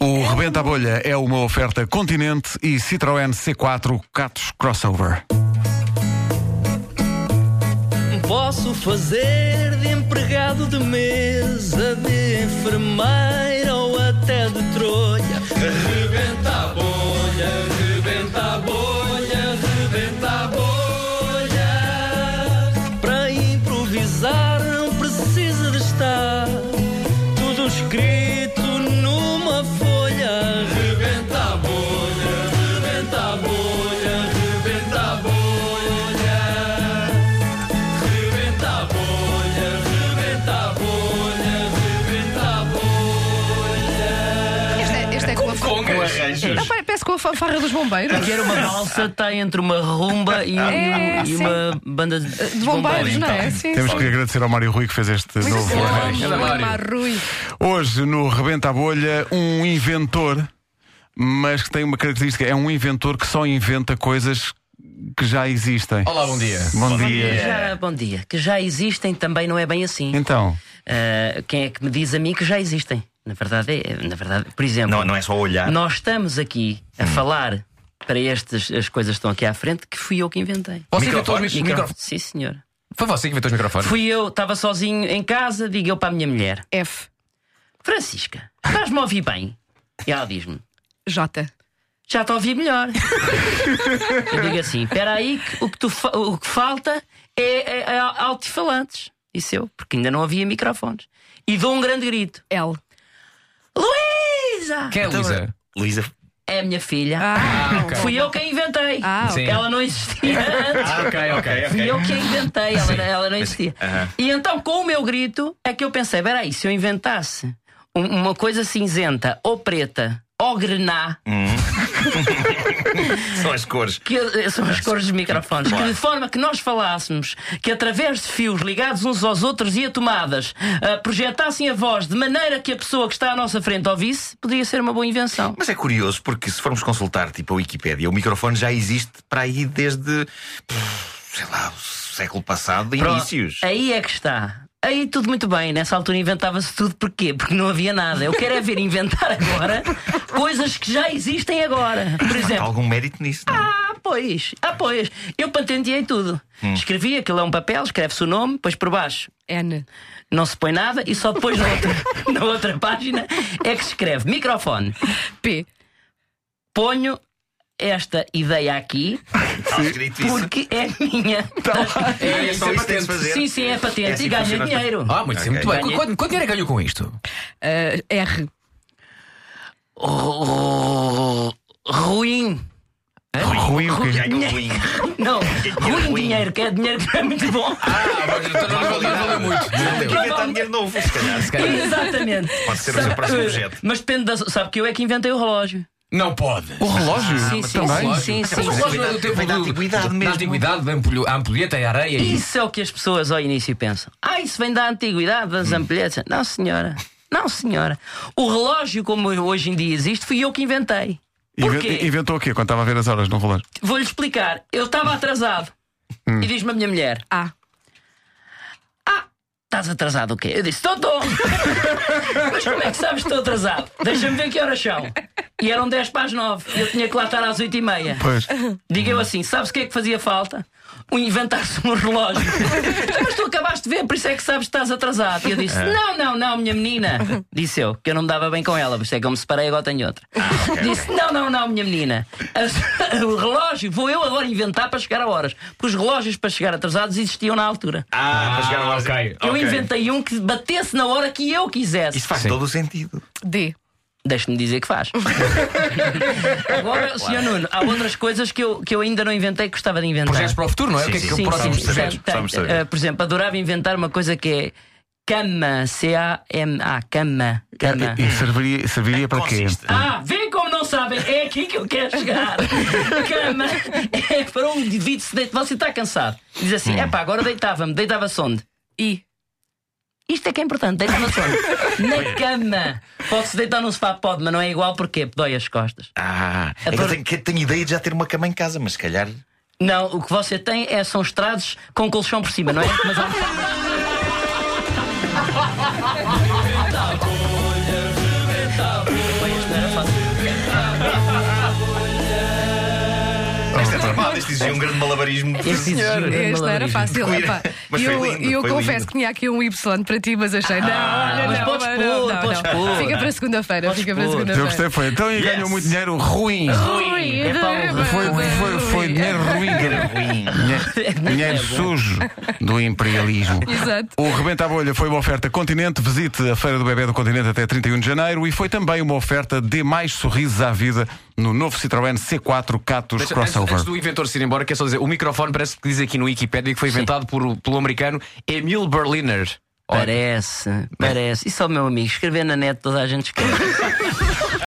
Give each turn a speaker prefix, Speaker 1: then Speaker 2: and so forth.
Speaker 1: O Rebenta a Bolha é uma oferta Continente e Citroën C4 Catos Crossover.
Speaker 2: Posso fazer de empregado de mesa, de enfermeira ou até de trolha. Rebenta a bolha, rebenta a bolha, rebenta a bolha. Para improvisar não precisa de estar tudo escrito numa folha. Rebenta a bolha, rebenta a bolha, rebenta a bolha. Rebenta a bolha, rebenta a bolha, rebenta a bolha.
Speaker 3: Esta é, esta é com, a fa- Não, pare- parece com a fanfarra dos bombeiros.
Speaker 2: Que era uma valsa, está entre uma rumba e, um-
Speaker 3: É,
Speaker 2: e
Speaker 3: sim.
Speaker 2: uma banda de,
Speaker 3: De bombeiros, não é?
Speaker 2: então.
Speaker 3: Sim,
Speaker 1: Temos
Speaker 3: sim.
Speaker 1: que agradecer ao Mário Rui que fez este
Speaker 3: Muito
Speaker 1: novo.
Speaker 2: é
Speaker 1: arranjo.
Speaker 3: bom, Mário Rui.
Speaker 1: Hoje, no Rebenta a Bolha, um inventor, mas que tem uma característica: é um inventor que só inventa coisas que já existem.
Speaker 4: Olá, bom dia.
Speaker 1: Bom, dia.
Speaker 2: Que já- bom dia. Que já existem também não é bem assim.
Speaker 1: Então,
Speaker 2: Ah, quem é que me diz a mim que já existem? Na verdade, é, na verdade, por exemplo,
Speaker 5: Não, não é só olhar.
Speaker 2: nós estamos aqui
Speaker 3: Hum.
Speaker 2: a falar para estas as coisas que estão aqui à frente que fui eu que inventei.
Speaker 4: Você inventou os
Speaker 5: Microfones?
Speaker 4: micro- micro-
Speaker 2: Sim, senhor.
Speaker 4: Foi você que inventou os microfones.
Speaker 2: Fui eu, estava sozinho em casa, digo eu para a minha mulher:
Speaker 3: F.
Speaker 2: Francisca, estás-me a ouvir bem? E ela diz-me:
Speaker 3: J.
Speaker 2: já te ouvi melhor. eu digo assim: espera aí, que o, que tu fa- o que falta é, é, é altifalantes. Isso eu, porque ainda não havia microfones. E dou um grande grito:
Speaker 3: L.
Speaker 2: Luísa!
Speaker 4: Quem é a
Speaker 2: Então,
Speaker 4: Luísa?
Speaker 5: Luísa.
Speaker 2: É a minha filha.
Speaker 3: Ah,
Speaker 4: ok.
Speaker 2: Fui eu quem inventei.
Speaker 3: Ah,
Speaker 4: Sim.
Speaker 2: Ela não existia antes.
Speaker 4: ok, ok.
Speaker 2: Fui eu que a inventei, ela, ela não existia. E então, com o meu grito, é que eu pensei: peraí, se eu inventasse um- uma coisa cinzenta ou preta ou grená,
Speaker 5: São as cores.
Speaker 2: que eh, são as cores dos microfones, que de forma que nós falássemos que através de fios ligados uns aos outros e a tomadas ah, projetassem a voz de maneira que a pessoa que está à nossa frente ouvisse, podia ser uma boa invenção.
Speaker 5: Mas é curioso porque se formos consultar tipo a Wikipédia, o microfone já existe para aí desde pff, sei lá, o século passado,
Speaker 2: Pronto,
Speaker 5: inícios.
Speaker 2: Aí é que está. Aí tudo muito bem, nessa altura inventava-se tudo porquê? Porque não havia nada. Eu quero é ver inventar agora coisas que já existem agora. Por
Speaker 5: Há
Speaker 2: exemplo,
Speaker 5: algum mérito nisso, não é?
Speaker 2: Ah, pois, ah, pois. Eu patenteei tudo. Escrevi aquilo é um papel, escreve-se o nome, depois por baixo
Speaker 3: N.
Speaker 2: não se põe nada e só depois na outra, na outra página é que se escreve microfone.
Speaker 3: P.
Speaker 2: Ponho esta ideia aqui
Speaker 5: Está escrito isso.
Speaker 2: porque é minha.
Speaker 5: É, só
Speaker 4: Isso é
Speaker 5: isso que tens de fazer.
Speaker 2: Sim, sim, é patente
Speaker 5: É
Speaker 2: e
Speaker 5: assim que
Speaker 2: ganha
Speaker 5: funciona.
Speaker 2: dinheiro.
Speaker 4: Ah, muito, sim, muito
Speaker 5: Ok.
Speaker 4: bem. Qu- Quanto, quanto dinheiro é que ganhou com isto?
Speaker 3: Ah, R.
Speaker 2: Ru- Ruim.
Speaker 1: ruim o que
Speaker 5: Ganhou um ruim.
Speaker 2: Não, ruim,
Speaker 5: ruim.
Speaker 2: dinheiro, que é dinheiro que é muito bom.
Speaker 4: Ah, mas então não
Speaker 5: valeu nada.
Speaker 4: muito.
Speaker 5: Tem que inventar dinheiro novo, se calhar.
Speaker 2: Exatamente.
Speaker 5: Pode ser o seu próximo objeto.
Speaker 2: Mas depende da. Sabe que eu é que inventei o relógio.
Speaker 4: Não pode.
Speaker 1: O relógio?
Speaker 2: sim, sim, sim, sim,
Speaker 4: Mas o
Speaker 2: sim.
Speaker 4: relógio não é do tempo
Speaker 5: Vem da
Speaker 4: do-
Speaker 5: antiguidade
Speaker 4: da
Speaker 5: mesmo.
Speaker 4: antiguidade, da ampulho- a ampulheta e a areia. e-
Speaker 2: Isso é o que as pessoas ao início pensam. Ah, isso vem da antiguidade, das ampulhetas. Não, senhora. Não, senhora. O relógio, como hoje em dia existe, fui eu que inventei. Porquê?
Speaker 1: Inven- Inventou o quê? Quando estava a ver as horas no relógio?
Speaker 2: Vou-lhe explicar. Eu estava atrasado. E diz-me a minha mulher:
Speaker 3: A.
Speaker 2: Ah, estás atrasado o quê? Eu disse: Estou, estou. Mas como é que sabes que estou atrasado? Deixa-me ver que horas são. E eram 10 para as 9. Eu tinha que lá estar às 8 e meia.
Speaker 1: Pois.
Speaker 2: Diga
Speaker 4: Uhum.
Speaker 2: eu assim, sabes o que é que fazia falta? Um inventar-se um relógio. Mas tu acabaste de ver, por isso é que sabes que estás atrasado. E eu disse:
Speaker 4: É.
Speaker 2: Não, não, não, minha menina. Disse eu, que eu não me dava bem com ela, por isso é que eu me separei agora tenho outra.
Speaker 4: Ah,
Speaker 2: disse: Não, não, não, minha menina. As- o relógio vou eu agora inventar para chegar a horas. Porque os relógios para chegar atrasados existiam na altura.
Speaker 5: Ah, para chegar lá.
Speaker 4: ok.
Speaker 2: Eu inventei um que batesse na hora que eu quisesse.
Speaker 5: Isso faz todo o sentido.
Speaker 3: D.
Speaker 2: Deixe-me dizer que faz. Agora, Sr. Nuno, há outras coisas que eu, que eu ainda não inventei que gostava de inventar.
Speaker 4: Projetos para o futuro, não é? O que é
Speaker 5: Sim,
Speaker 4: que
Speaker 5: sim,
Speaker 4: o próximo
Speaker 5: sim.
Speaker 4: projeto?
Speaker 5: projetos, precisamos
Speaker 2: Portanto,
Speaker 5: saber.
Speaker 2: eh, por exemplo, adorava inventar uma coisa que é cama, C-A-M-A, cama, cama.
Speaker 1: E serviria, serviria para quê?
Speaker 5: Consiste.
Speaker 2: Ah, vê como não sabem, é aqui que eu quero chegar. Cama é para um indivíduo se deitar. Você está cansado. Diz assim: é epá, agora deitava-me, deitava-se onde?
Speaker 3: I.
Speaker 2: Isto é que é importante, deitava-se onde? Na cama. Pode-se deitar num sofá, pode, mas não é igual porque dói as costas.
Speaker 5: Ah, é que
Speaker 2: Adoro-
Speaker 5: eu tenho, que tenho ideia de já ter uma cama em casa, mas se calhar.
Speaker 2: Não, o que você tem é, são estrados com colchão por cima, não é? Mas há Rebenta a bolha, rebenta a bolha, rebenta a bolha,
Speaker 5: armado, isto exigia um grande malabarismo.
Speaker 2: Este senhor.
Speaker 3: Este não era fácil.
Speaker 5: Cuida.
Speaker 3: epá.
Speaker 5: Mas
Speaker 3: E
Speaker 5: foi
Speaker 3: eu,
Speaker 5: lindo,
Speaker 3: e eu
Speaker 5: foi
Speaker 3: confesso
Speaker 5: lindo.
Speaker 3: que tinha aqui um Y para ti, mas achei. não, olha,
Speaker 2: Ah, mas
Speaker 3: não,
Speaker 2: podes
Speaker 3: não,
Speaker 2: pôr,
Speaker 3: não,
Speaker 2: podes
Speaker 3: não.
Speaker 2: pôr.
Speaker 3: Fica para segunda-feira,
Speaker 2: Podes
Speaker 3: fica para
Speaker 1: Eu
Speaker 2: pôr.
Speaker 3: segunda-feira.
Speaker 1: gostei, foi. Então e ganhou
Speaker 5: Yes.
Speaker 1: muito dinheiro ruim.
Speaker 3: Ui,
Speaker 2: É pá, um-
Speaker 1: Foi,
Speaker 3: Rui,
Speaker 1: foi, foi
Speaker 3: Rui.
Speaker 1: dinheiro ruim.
Speaker 5: Ruim.
Speaker 1: Dinheiro, dinheiro é sujo do imperialismo.
Speaker 3: Exato.
Speaker 1: O Rebenta a Bolha foi uma oferta Continente. Visite a Feira do Bebê do Continente até 31 de janeiro. E foi também uma oferta de mais sorrisos à vida no novo Citroën C4 Catos
Speaker 4: Mas antes- Antes
Speaker 1: Crossover.
Speaker 4: do inventor se ir embora, quero só dizer: o microfone parece que diz aqui no Wikipedia que foi inventado por, um, pelo americano Emil Berliner. Olha,
Speaker 2: Parece, parece. Isso é o meu amigo. Escrever na net toda a gente escreve.